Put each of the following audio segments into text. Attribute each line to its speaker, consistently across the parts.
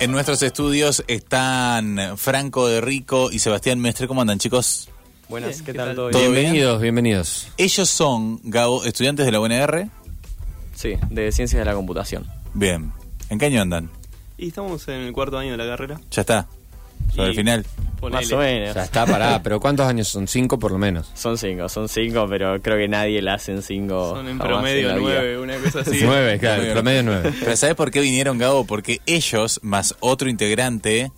Speaker 1: En nuestros estudios están Franco de Rico y Sebastián Mestre. ¿Cómo andan, chicos?
Speaker 2: Buenas, ¿qué tal? ¿Todo
Speaker 1: ¿Todo
Speaker 2: bien?
Speaker 3: Bienvenidos, bienvenidos.
Speaker 1: Ellos son, Gabo, estudiantes de la UNR.
Speaker 2: Sí, de Ciencias de la Computación.
Speaker 1: Bien. ¿En qué año andan?
Speaker 4: Y estamos en el cuarto año de la carrera.
Speaker 1: Ya está. Sobre
Speaker 4: Y
Speaker 1: el final.
Speaker 4: ponele.
Speaker 2: Más o
Speaker 3: O
Speaker 2: menos.
Speaker 3: sea, está parada, pero ¿cuántos años son? Cinco por lo menos.
Speaker 2: Son cinco, son cinco, pero creo que nadie la hace en cinco.
Speaker 4: Son en
Speaker 2: jamás
Speaker 4: promedio
Speaker 2: la vida.
Speaker 4: nueve, una cosa así.
Speaker 3: Nueve, claro, el
Speaker 1: Nueve.
Speaker 3: promedio es nueve.
Speaker 1: Pero ¿sabes por qué vinieron, Gabo? Porque ellos, más otro integrante,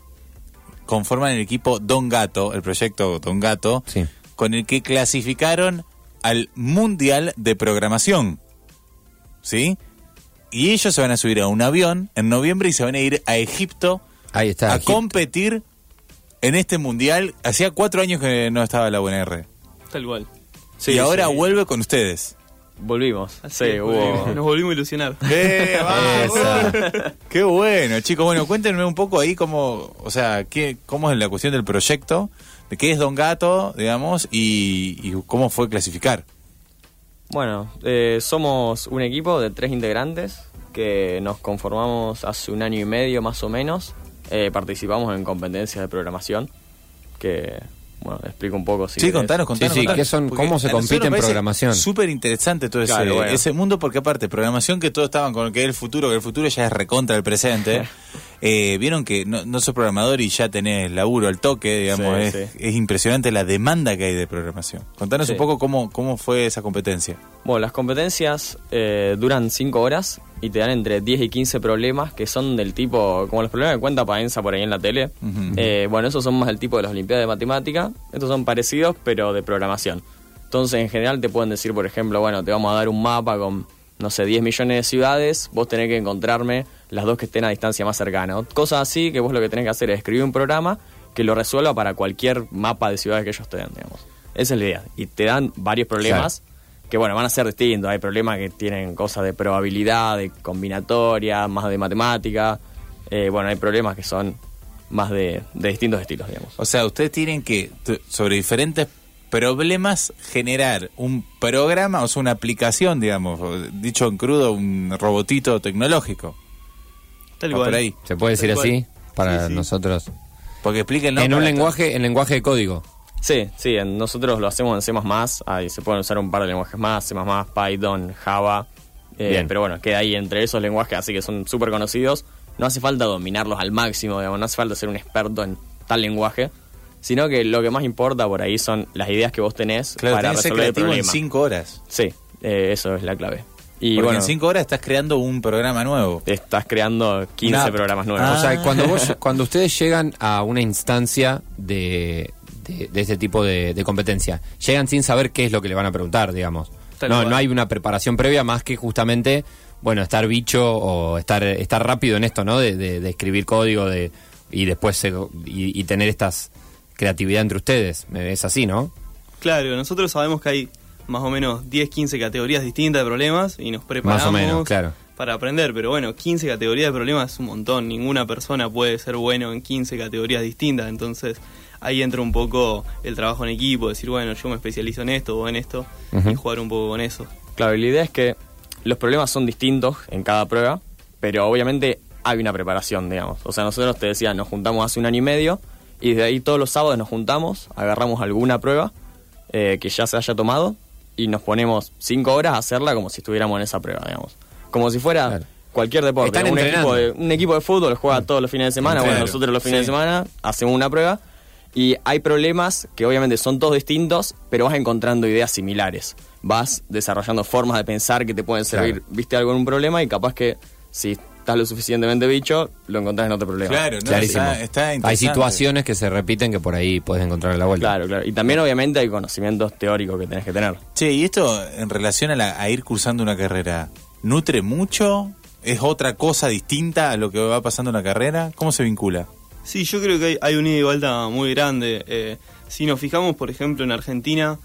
Speaker 1: conforman el equipo Don Gato, el proyecto Don Gato,
Speaker 3: Sí.
Speaker 1: con el que clasificaron al Mundial de Programación. ¿Sí? Y ellos se van a subir a un avión en noviembre y se van a ir a Egipto
Speaker 3: Ahí está.
Speaker 1: a
Speaker 3: Egipto.
Speaker 1: competir en este mundial. Hacía cuatro años que no estaba la UNR.
Speaker 4: Tal cual.
Speaker 2: Sí,
Speaker 1: y ahora
Speaker 2: sí.
Speaker 1: vuelve con ustedes.
Speaker 2: Volvimos.
Speaker 4: Así
Speaker 2: sí,
Speaker 4: es, volvimos. Nos
Speaker 2: hubo.
Speaker 4: volvimos a ilusionar.
Speaker 3: Esa.
Speaker 1: ¡Qué bueno, chicos! Bueno, cuéntenme un poco ahí cómo, o sea, qué, cómo es la cuestión del proyecto, de qué es Don Gato, digamos, y, y cómo fue clasificar.
Speaker 2: Bueno, eh, somos un equipo de tres integrantes que nos conformamos hace un año y medio más o menos. Eh, participamos en competencias de programación que, bueno, explico un poco. Si
Speaker 1: Sí,
Speaker 2: querés.
Speaker 1: contanos, contanos.
Speaker 3: sí,
Speaker 1: contanos.
Speaker 3: ¿qué son-
Speaker 1: Porque
Speaker 3: cómo se
Speaker 1: a nosotros
Speaker 3: compite
Speaker 1: nos
Speaker 3: en
Speaker 1: parece
Speaker 3: programación?
Speaker 1: Súper interesante todo ese,
Speaker 2: Claro, bueno.
Speaker 1: ese mundo, porque aparte, programación que todos estaban con que el futuro, que el futuro ya es recontra el presente. Eh, Vieron que no, no sos programador y ya tenés laburo al toque, digamos.
Speaker 2: Sí,
Speaker 1: es,
Speaker 2: sí.
Speaker 1: es impresionante la demanda que hay de programación. Contanos
Speaker 2: Sí.
Speaker 1: un poco cómo, cómo fue esa competencia.
Speaker 2: Bueno, las competencias eh, duran 5 horas y te dan entre 10 y 15 problemas que son del tipo, como los problemas que cuenta Paenza por ahí en la tele.
Speaker 1: Ujú.
Speaker 2: Eh, bueno, esos son más del tipo de las Olimpiadas de Matemática. Estos son parecidos, pero de programación. Entonces, en general, te pueden decir, por ejemplo, bueno, te vamos a dar un mapa con, no sé, 10 millones de ciudades. Vos tenés que encontrarme las dos que estén a distancia más cercana. o Cosas así que vos lo que tenés que hacer es escribir un programa que lo resuelva para cualquier mapa de ciudades que ellos te den, digamos. Esa es la idea. Y te dan varios problemas que bueno, van a ser distintos. Hay problemas que tienen cosas de probabilidad, de combinatoria, más de matemática. Eh, bueno, hay problemas que son más de, de distintos estilos, digamos.
Speaker 1: O sea, ustedes tienen que, t- sobre diferentes problemas, generar un programa, o sea, una aplicación, digamos, o, dicho en crudo, un robotito tecnológico.
Speaker 4: Tal
Speaker 1: Va
Speaker 4: cual.
Speaker 1: por ahí.
Speaker 3: ¿Se puede decir
Speaker 4: Tal cual.
Speaker 3: así? Para
Speaker 4: Sí, sí.
Speaker 3: nosotros.
Speaker 1: Porque explíquenlo.
Speaker 3: en un
Speaker 1: para-
Speaker 3: lenguaje, en lenguaje de código.
Speaker 2: Sí, sí, en- nosotros lo hacemos en C++, ahí se pueden usar un par de lenguajes más, C++, Python, Java, eh,
Speaker 3: Bien.
Speaker 2: pero bueno, queda ahí entre esos lenguajes, así que son súper conocidos. No hace falta dominarlos al máximo, digamos, no hace falta ser un experto en tal lenguaje, sino que lo que más importa por ahí son las ideas que vos tenés
Speaker 1: Claro,
Speaker 2: para
Speaker 1: tenés que ser
Speaker 2: resolver el
Speaker 1: creativo
Speaker 2: problema.
Speaker 1: en cinco horas.
Speaker 2: Sí, eh, eso es la clave. Y
Speaker 1: Porque
Speaker 2: bueno,
Speaker 1: en cinco horas estás creando un programa nuevo.
Speaker 2: estás creando 15
Speaker 1: Una-
Speaker 2: programas nuevos.
Speaker 1: Ah.
Speaker 3: O sea, cuando, vos, cuando ustedes llegan a una instancia de, de, de este tipo de, de competencia, llegan sin saber qué es lo que le van a preguntar, digamos.
Speaker 4: Tal
Speaker 3: No,
Speaker 4: cual.
Speaker 3: no hay una preparación previa más que justamente, bueno, estar bicho o estar, estar rápido en esto, ¿no? De, de- de escribir código de, y después se- y, y tener estas creatividad entre ustedes. Me- Es así, ¿no?
Speaker 4: Claro, nosotros sabemos que hay más o menos 10, 15 categorías distintas de problemas y nos preparamos
Speaker 3: Más o menos, claro.
Speaker 4: para aprender. Pero bueno, 15 categorías de problemas es un montón. Ninguna persona puede ser bueno en 15 categorías distintas. Entonces ahí entra un poco el trabajo en equipo, decir, bueno, yo me especializo en esto o en esto y jugar un poco con eso.
Speaker 2: Claro, y la idea es que los problemas son distintos en cada prueba, pero obviamente hay una preparación, digamos. O sea, nosotros te decía, nos juntamos hace un año y medio y desde ahí todos los sábados nos juntamos, agarramos alguna prueba eh, que ya se haya tomado y nos ponemos cinco horas a hacerla como si estuviéramos en esa prueba, digamos. Como si fuera
Speaker 3: Claro.
Speaker 2: cualquier deporte.
Speaker 3: Están
Speaker 2: un, equipo
Speaker 3: entrenando.
Speaker 2: de, un equipo de fútbol juega todos los fines de semana, bueno,
Speaker 1: Mm. Claro,
Speaker 2: nosotros los fines
Speaker 1: sí.
Speaker 2: de semana hacemos una prueba y hay problemas que obviamente son todos distintos, pero vas encontrando ideas similares. Vas desarrollando formas de pensar que te pueden servir.
Speaker 3: Claro.
Speaker 2: Viste algo en un problema y capaz que si estás lo suficientemente bicho, lo encontrás en otro problema.
Speaker 1: Claro, no,
Speaker 3: Clarísimo.
Speaker 1: está, está
Speaker 3: hay
Speaker 1: interesante.
Speaker 3: situaciones que se repiten que por ahí puedes encontrar la vuelta.
Speaker 2: Claro, claro. Y también obviamente hay conocimientos teóricos que tenés que tener.
Speaker 1: Che, y esto en relación a, la- a ir cursando una carrera, ¿nutre mucho? ¿Es otra cosa distinta a lo que va pasando en la carrera? ¿Cómo se vincula?
Speaker 4: Sí, yo creo que hay, hay un ida y vuelta muy grande. Eh, si nos fijamos, por ejemplo, en Argentina,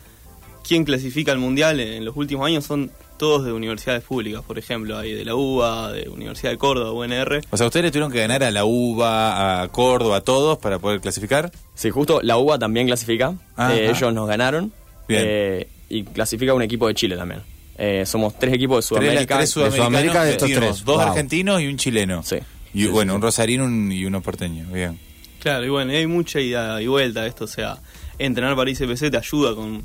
Speaker 4: quien clasifica al mundial en los últimos años son todos de universidades públicas, por ejemplo, hay de la UBA, de Universidad de Córdoba, UNR.
Speaker 1: O sea, ustedes le tuvieron que ganar a la UBA, a Córdoba, a todos para poder clasificar.
Speaker 2: Sí, justo la UBA también clasifica.
Speaker 1: Ah, Ajá.
Speaker 2: Eh, ellos nos ganaron.
Speaker 1: Bien.
Speaker 2: Eh, y clasifica un equipo de Chile también. Eh, somos tres equipos de
Speaker 1: Tres,
Speaker 2: Sudamérica.
Speaker 1: tres
Speaker 3: Sudamérica,
Speaker 1: sudamericanos,
Speaker 3: de estos
Speaker 1: tuvimos
Speaker 3: tres.
Speaker 1: dos
Speaker 3: Wow.
Speaker 1: argentinos y un chileno.
Speaker 2: Sí.
Speaker 1: Y bueno, un rosarino un- y uno porteño, bien.
Speaker 4: Claro, y bueno, hay mucha ida y vuelta de esto. O sea, entrenar para ICPC te ayuda con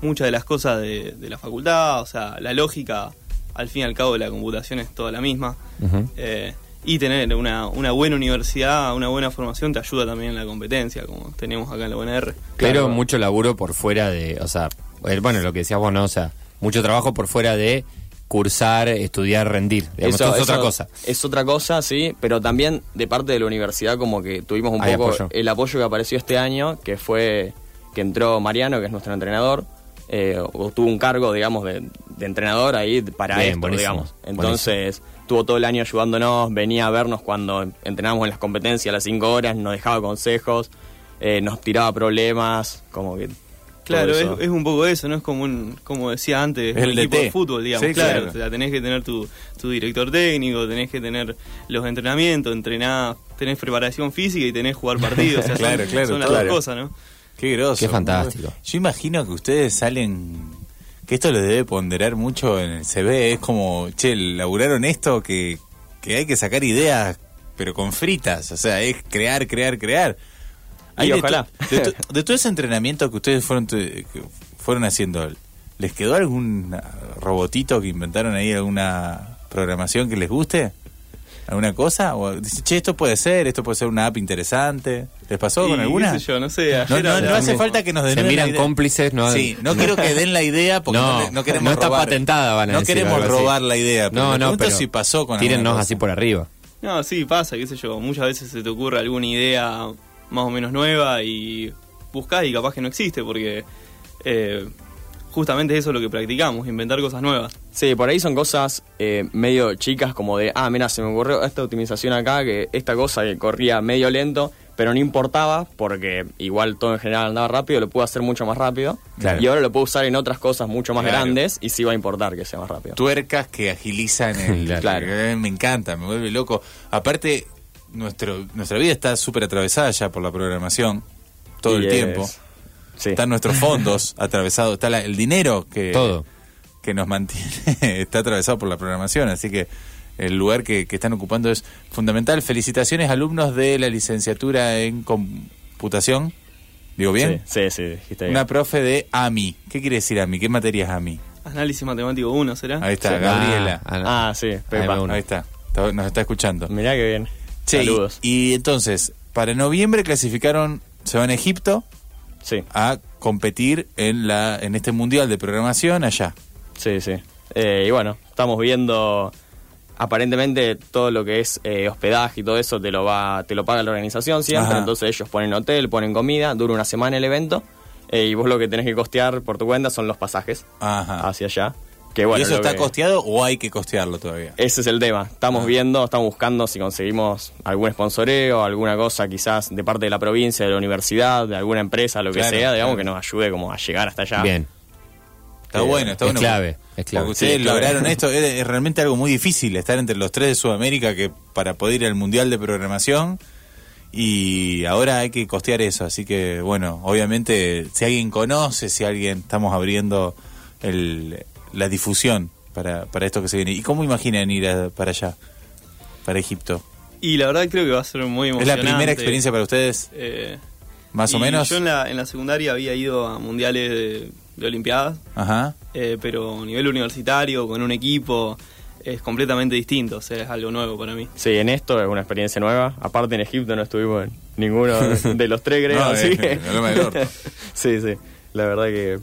Speaker 4: muchas de las cosas de, de la facultad. O sea, la lógica, al fin y al cabo, de la computación es toda la misma.
Speaker 3: Ujú.
Speaker 4: Eh, y tener una, una buena universidad, una buena formación, te ayuda también en la competencia, como tenemos acá en la UNR.
Speaker 3: Pero mucho laburo por fuera de, o sea, el- bueno, lo que decías vos, ¿no? O sea, mucho trabajo por fuera de cursar, estudiar, rendir. Digamos,
Speaker 2: Eso-
Speaker 3: eso es
Speaker 2: eso
Speaker 3: otra cosa.
Speaker 2: Es otra cosa, sí, pero también de parte de la universidad como que tuvimos un
Speaker 3: Hay
Speaker 2: poco
Speaker 3: apoyo.
Speaker 2: el apoyo que apareció este año, que fue que entró Mariano, que es nuestro entrenador, eh, o tuvo un cargo, digamos, de, de entrenador ahí para
Speaker 3: Bien,
Speaker 2: esto,
Speaker 3: buenísimo,
Speaker 2: digamos. Entonces, tuvo todo el año ayudándonos, venía a vernos cuando entrenábamos en las competencias a las 5 horas, nos dejaba consejos, eh, nos tiraba problemas, como que... todo
Speaker 4: Claro, es,
Speaker 2: eso.
Speaker 4: es un poco eso, ¿no? Es como un, como decía antes,
Speaker 1: El
Speaker 4: un equipo
Speaker 1: DT.
Speaker 4: de fútbol, digamos.
Speaker 1: Sí,
Speaker 4: claro,
Speaker 1: claro.
Speaker 4: o sea, tenés que tener tu, tu director técnico, tenés que tener los entrenamientos, entrenás, tenés preparación física y tenés jugar partidos. o sea,
Speaker 1: Claro,
Speaker 4: son,
Speaker 1: claro,
Speaker 4: son las
Speaker 1: claro.
Speaker 4: dos cosas, ¿no?
Speaker 1: Qué groso.
Speaker 3: Qué fantástico.
Speaker 1: Yo imagino que ustedes salen. Que esto les debe ponderar mucho en el CV. Es como, che, laburaron esto que, que hay que sacar ideas, pero con fritas. O sea, es crear, crear, crear. Hay de
Speaker 2: ojalá.
Speaker 1: to- De, to- de todo ese entrenamiento que ustedes fueron, tu- que fueron haciendo, ¿les quedó algún robotito que inventaron ahí, alguna programación que les guste? ¿Alguna cosa? O, dice, che, esto puede ser, esto puede ser una app interesante. ¿Les pasó
Speaker 4: Y
Speaker 1: con
Speaker 4: qué
Speaker 1: alguna?
Speaker 4: sé yo, no sé.
Speaker 1: No, no,
Speaker 4: ayer
Speaker 1: no
Speaker 4: hablamos-
Speaker 1: hace falta que nos den
Speaker 3: Se miran cómplices, no-
Speaker 1: Sí, no, quiero que den la idea porque no,
Speaker 3: No,
Speaker 1: le- no queremos
Speaker 3: no está
Speaker 1: robar.
Speaker 3: patentada, van a
Speaker 1: No
Speaker 3: decir,
Speaker 1: queremos
Speaker 3: algo así.
Speaker 1: robar la idea. Pero
Speaker 3: No,
Speaker 1: me
Speaker 3: no,
Speaker 1: pregunto
Speaker 3: pero
Speaker 1: si pasó con alguna
Speaker 3: tírennos
Speaker 1: cosa.
Speaker 3: así por arriba.
Speaker 4: No, sí, pasa, qué sé yo. Muchas veces se te ocurre alguna idea más o menos nueva y buscás y capaz que no existe porque eh, justamente eso es lo que practicamos, inventar cosas nuevas.
Speaker 2: Sí, por ahí son cosas eh, medio chicas como de, ah, mira, se me ocurrió esta optimización acá, que esta cosa que corría medio lento, pero no importaba porque igual todo en general andaba rápido, lo pude hacer mucho más rápido.
Speaker 1: Claro.
Speaker 2: Y ahora lo puedo usar en otras cosas mucho más
Speaker 1: Claro.
Speaker 2: grandes y sí va a importar que sea más rápido.
Speaker 1: Tuercas que agilizan el...
Speaker 2: Claro.
Speaker 1: Eh, Me encanta, me vuelve loco. Aparte, nuestro, nuestra vida está súper atravesada ya por la programación. Todo el
Speaker 2: Y es-
Speaker 1: tiempo.
Speaker 2: Sí.
Speaker 1: Están nuestros fondos atravesados. Está la- el dinero que...
Speaker 3: Todo.
Speaker 1: que nos mantiene está atravesado por la programación, así que el lugar que, que están ocupando es fundamental. Felicitaciones alumnos de la licenciatura en computación, digo bien,
Speaker 2: Sí, sí, sí, dijiste bien.
Speaker 1: una profe de AMI. ¿Qué quiere decir AMI? ¿Qué materia es AMI?
Speaker 4: Análisis matemático 1, ¿será?
Speaker 1: Ahí está, Gabriela.
Speaker 3: Ah, no.
Speaker 2: Ah, sí, Pepa.
Speaker 3: me uno.
Speaker 1: Ahí está, Está- nos está escuchando.
Speaker 2: Mirá que bien.
Speaker 1: Che, y-
Speaker 2: Saludos.
Speaker 1: Y, entonces, para noviembre clasificaron, se van a Egipto
Speaker 2: Sí,
Speaker 1: a competir en, la, en este mundial de programación allá.
Speaker 2: sí, sí. Eh, y bueno, estamos viendo... Aparentemente todo lo que es eh, hospedaje y todo eso te lo va te lo paga la organización siempre,
Speaker 1: Ajá.
Speaker 2: entonces ellos ponen hotel, ponen comida, dura una semana el evento eh, y vos lo que tenés que costear por tu cuenta son los pasajes
Speaker 1: Ajá.
Speaker 2: hacia allá. Que
Speaker 1: Ah.
Speaker 2: bueno,
Speaker 1: ¿Y eso
Speaker 2: lo
Speaker 1: está Ah.
Speaker 2: que-
Speaker 1: costeado o hay que costearlo todavía?
Speaker 2: Ese es el tema. Estamos viendo, estamos buscando si conseguimos algún sponsoreo, alguna cosa quizás de parte de la provincia, de la universidad, de alguna empresa, lo que
Speaker 1: Claro,
Speaker 2: sea,
Speaker 1: claro.
Speaker 2: digamos que nos ayude como a llegar hasta
Speaker 1: Ah.
Speaker 2: allá.
Speaker 3: Bien.
Speaker 1: Está bueno, está
Speaker 3: Eh, es
Speaker 1: bueno.
Speaker 3: clave, es clave.
Speaker 1: Porque ustedes
Speaker 2: Sí, es clave.
Speaker 1: lograron esto, es, es realmente algo muy difícil estar entre los tres de Sudamérica que para poder ir al Mundial de Programación y ahora hay que costear eso, así que bueno, obviamente si alguien conoce, si alguien estamos abriendo el, la difusión para, para esto que se viene. ¿Y cómo imaginan ir a- para allá? Para Egipto.
Speaker 4: Y la verdad creo que va a ser muy
Speaker 1: ¿Es la
Speaker 4: emocionante.
Speaker 1: primera experiencia para ustedes,
Speaker 4: Eh,
Speaker 1: más o
Speaker 4: y
Speaker 1: menos?
Speaker 4: Yo en la, en la secundaria había ido a mundiales de, de Olimpiadas,
Speaker 1: Ajá.
Speaker 4: eh, pero a nivel universitario, con un equipo, es completamente distinto, o sea, es algo nuevo para mí.
Speaker 2: Sí, en esto es una experiencia nueva. Aparte en Egipto no estuvimos en ninguno de de los tres, creo.
Speaker 1: No,
Speaker 2: así
Speaker 1: eh,
Speaker 2: que-
Speaker 1: el problema del orto.
Speaker 2: sí, sí. La verdad que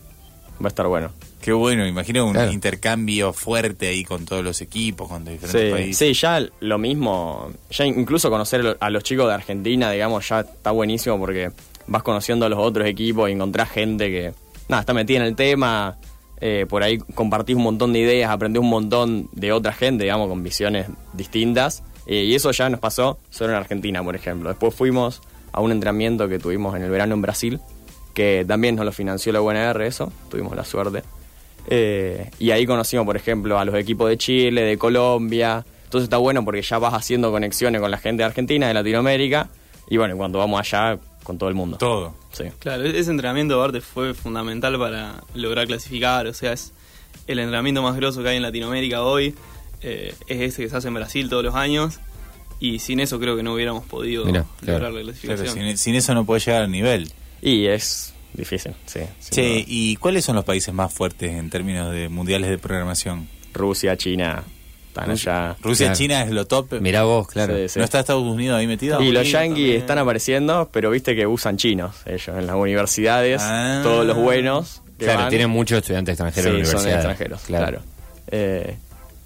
Speaker 2: va a estar bueno.
Speaker 1: Qué bueno, imagino un
Speaker 3: Claro.
Speaker 1: intercambio fuerte ahí con todos los equipos, con los diferentes
Speaker 2: Sí,
Speaker 1: países.
Speaker 2: sí, ya lo mismo, ya incluso conocer a lo- a los chicos de Argentina, digamos, ya está buenísimo porque vas conociendo a los otros equipos y encontrás gente que, nada, está metida en el tema, eh, por ahí compartís un montón de ideas, aprendés un montón de otra gente, digamos, con visiones distintas. eh, y eso ya nos pasó solo en Argentina, por ejemplo. Después fuimos a un entrenamiento que tuvimos en el verano en Brasil, que también nos lo financió la UNR, eso, tuvimos la suerte. Eh, y ahí conocimos, por ejemplo, a los equipos de Chile, de Colombia. Entonces está bueno porque ya vas haciendo conexiones con la gente de Argentina, de Latinoamérica. Y bueno, cuando vamos allá, con todo el mundo.
Speaker 1: Todo.
Speaker 2: Sí.
Speaker 4: Claro, e- ese entrenamiento de arte fue fundamental para lograr clasificar, o sea, es el entrenamiento más grosso que hay en Latinoamérica hoy, eh, es ese que se hace en Brasil todos los años, y sin eso creo que no hubiéramos podido
Speaker 3: Mirá, claro.
Speaker 4: lograr la
Speaker 1: Claro,
Speaker 4: clasificación.
Speaker 1: sin, sin eso no podés llegar al nivel.
Speaker 2: Y es difícil, sí. sin
Speaker 1: Che,
Speaker 2: duda.
Speaker 1: ¿y cuáles son los países más fuertes en términos de mundiales de programación?
Speaker 2: Rusia, China, están allá.
Speaker 1: Rusia,
Speaker 3: Claro.
Speaker 1: China es lo top.
Speaker 3: Mirá vos, claro.
Speaker 2: Sí, sí.
Speaker 1: ¿No está Estados Unidos ahí metido?
Speaker 2: Y los
Speaker 4: Unidos
Speaker 2: yanquis
Speaker 4: también.
Speaker 2: están apareciendo, pero viste que usan chinos ellos en las universidades,
Speaker 1: Ah.
Speaker 2: todos los buenos. que
Speaker 3: Claro,
Speaker 2: van,
Speaker 3: tienen muchos estudiantes
Speaker 2: sí,
Speaker 3: extranjeros en
Speaker 2: son
Speaker 3: la universidad.
Speaker 2: extranjeros, claro. Eh,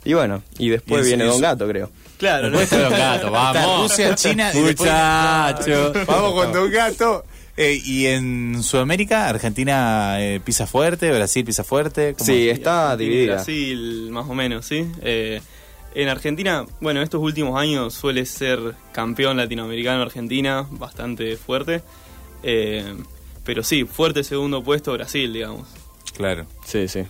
Speaker 2: y bueno, y
Speaker 1: Y
Speaker 2: después
Speaker 1: es-
Speaker 2: viene
Speaker 1: es-
Speaker 2: Don Gato, creo.
Speaker 1: e-,
Speaker 4: Claro, ¿no?
Speaker 3: Puesto los gatos,
Speaker 1: Está
Speaker 3: vamos.
Speaker 1: Rusia, China y después-
Speaker 3: Muchacho.
Speaker 1: Vamos con Don Gato. Eh, y en Sudamérica, Argentina eh, pisa fuerte, Brasil pisa fuerte. ¿cómo
Speaker 2: Sí,
Speaker 1: es?
Speaker 2: está
Speaker 4: Argentina y
Speaker 2: dividida.
Speaker 4: Brasil, más o menos, ¿sí? Eh, en Argentina, bueno, estos últimos años suele ser campeón latinoamericano Argentina, bastante fuerte. Eh, pero sí, fuerte segundo puesto Brasil, digamos.
Speaker 1: Claro.
Speaker 2: Sí, sí.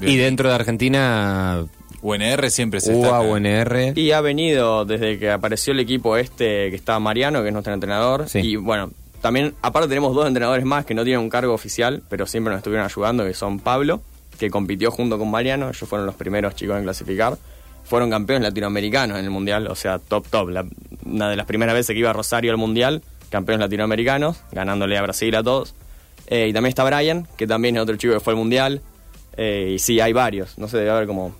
Speaker 3: Y dentro de Argentina,
Speaker 1: UNR siempre se
Speaker 3: UA,
Speaker 1: destaca.
Speaker 3: UNR.
Speaker 2: Y ha venido desde que apareció el equipo este que está Mariano, que es nuestro entrenador.
Speaker 3: Sí.
Speaker 2: Y bueno, también, aparte tenemos dos entrenadores más que no tienen un cargo oficial, pero siempre nos estuvieron ayudando, que son Pablo, que compitió junto con Mariano, ellos fueron los primeros chicos en clasificar. Fueron campeones latinoamericanos en el Mundial, o sea, top top. La- una de las primeras veces que iba Rosario al Mundial, campeones latinoamericanos, ganándole a Brasil a todos. Eh, y también está Brian, que también es otro chico que fue al Mundial. Eh, y sí, hay varios, no sé, debe haber como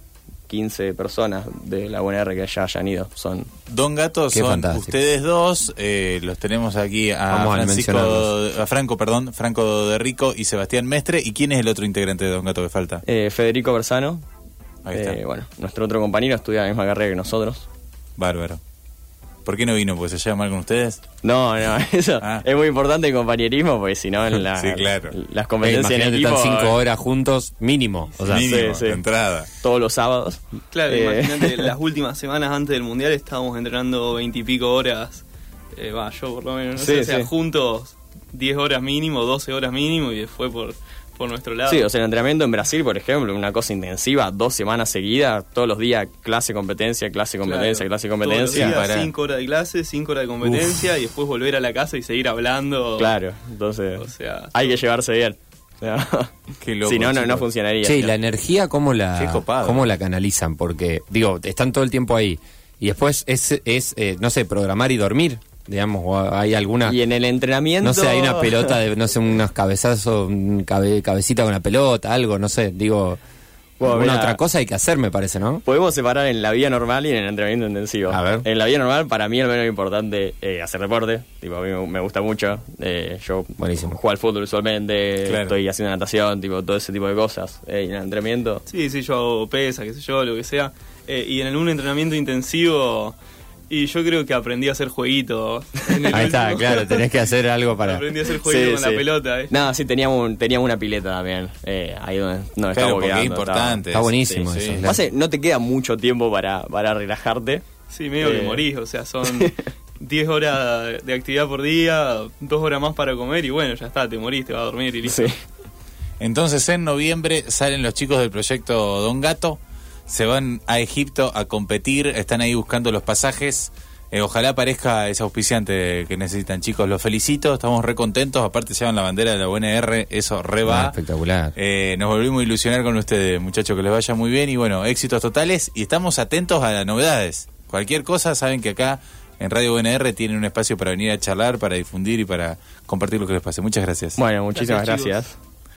Speaker 2: 15 personas de la UNR que ya hayan ido. Son
Speaker 1: Don Gato
Speaker 3: Qué
Speaker 1: son
Speaker 3: fantástico.
Speaker 1: ustedes dos, eh, los tenemos aquí a
Speaker 3: Vamos a
Speaker 1: Francisco,
Speaker 3: mencionarlos.
Speaker 1: a Franco, perdón, Franco de Rico y Sebastián Mestre. ¿Y quién es el otro integrante de Don Gato que falta?
Speaker 2: eh, Federico Bersano,
Speaker 1: Ahí está.
Speaker 2: eh, bueno, nuestro otro compañero estudia la misma carrera que nosotros.
Speaker 1: Bárbaro. ¿Por qué no vino? ¿Porque se lleva mal con ustedes?
Speaker 2: No, no, eso
Speaker 1: Ah.
Speaker 2: es muy importante el compañerismo, porque si no en la-
Speaker 1: Sí, claro.
Speaker 2: las
Speaker 3: Eh,
Speaker 2: competencias en
Speaker 3: imagínate,
Speaker 2: equipo,
Speaker 3: están cinco
Speaker 2: eh,
Speaker 3: horas juntos, mínimo. O sea,
Speaker 1: Mínimo,
Speaker 2: sí, sí.
Speaker 1: de entrada.
Speaker 2: todos los sábados.
Speaker 4: Claro,
Speaker 2: Eh,
Speaker 4: imagínate, las últimas semanas antes del Mundial estábamos entrenando veintipico horas. Eh, Va, yo por lo menos, no
Speaker 2: Sí,
Speaker 4: sé, o sea,
Speaker 2: sí.
Speaker 4: juntos 10 horas mínimo, 12 horas mínimo y fue por, por nuestro lado.
Speaker 2: Sí, o sea, el entrenamiento en Brasil, por ejemplo, una cosa intensiva, dos semanas seguidas, todos los días clase, competencia, clase, competencia, clase, competencia.
Speaker 1: días. Para-
Speaker 4: 5 horas de clase, 5 horas de competencia y después volver a la casa y seguir hablando.
Speaker 2: Claro, entonces
Speaker 4: O sea,
Speaker 2: hay que llevarse bien. O sea,
Speaker 1: Qué loco,
Speaker 2: si no, no, no
Speaker 1: chicos.
Speaker 2: funcionaría.
Speaker 3: Che, ¿y la energía cómo
Speaker 1: Qué
Speaker 3: la,
Speaker 1: copado.
Speaker 3: cómo la canalizan? Porque, digo, están todo el tiempo ahí. Y después es, es eh, no sé, programar y dormir. Digamos, o hay alguna...
Speaker 2: Y en el entrenamiento...
Speaker 3: No sé, hay una pelota, de, no sé, unos cabezazos, un cabe- cabecita con la pelota, algo, no sé. Digo,
Speaker 2: Bueno,
Speaker 3: alguna
Speaker 2: mirá.
Speaker 3: otra cosa hay que hacer, me parece, ¿no?
Speaker 2: Podemos separar en la vida normal y en el entrenamiento intensivo.
Speaker 3: A ver.
Speaker 2: En la vida normal, para mí, es lo menos importante eh, hacer deporte. Tipo, a mí me- me gusta mucho. Eh, yo
Speaker 3: Buenísimo.
Speaker 2: juego al fútbol usualmente,
Speaker 1: Claro.
Speaker 2: estoy haciendo natación, tipo, todo ese tipo de cosas. Eh, y en el entrenamiento,
Speaker 4: Sí, sí, yo hago pesa, qué sé yo, lo que sea. Eh, y en un entrenamiento intensivo, y yo creo que aprendí a hacer jueguito. en el
Speaker 3: Ahí está,
Speaker 4: último.
Speaker 3: claro, tenés que hacer algo para...
Speaker 4: Aprendí a hacer jueguito
Speaker 2: Sí,
Speaker 4: con
Speaker 2: sí.
Speaker 4: la pelota. ¿eh?
Speaker 2: No, sí, teníamos, un- teníamos una pileta también. eh, ahí donde nos
Speaker 1: Claro,
Speaker 2: estábamos
Speaker 1: porque es
Speaker 2: quedando,
Speaker 1: importante.
Speaker 3: Está buenísimo
Speaker 1: Sí, sí.
Speaker 3: eso,
Speaker 2: estaba- Pasa que no te queda mucho tiempo para, para relajarte.
Speaker 4: Sí, medio
Speaker 2: Eh.
Speaker 4: que morís, o sea, son 10 horas de actividad por día, 2 horas más para comer y bueno, ya está, te morís, te vas a dormir y listo.
Speaker 2: Sí.
Speaker 1: Entonces en noviembre salen los chicos del proyecto Don Gato, se van a Egipto a competir, están ahí buscando los pasajes. Eh, ojalá aparezca ese auspiciante que necesitan, chicos. Los felicito, estamos re contentos. Aparte, llevan la bandera de la UNR, eso re
Speaker 3: Ah,
Speaker 1: va.
Speaker 3: espectacular.
Speaker 1: Eh, nos volvimos a ilusionar con ustedes, muchachos. Que les vaya muy bien y bueno, éxitos totales. Y estamos atentos a las novedades. Cualquier cosa, saben que acá en Radio UNR tienen un espacio para venir a charlar, para difundir y para compartir lo que les pase. Muchas gracias.
Speaker 2: Bueno, muchísimas
Speaker 4: Gracias,
Speaker 2: gracias.
Speaker 4: chicos.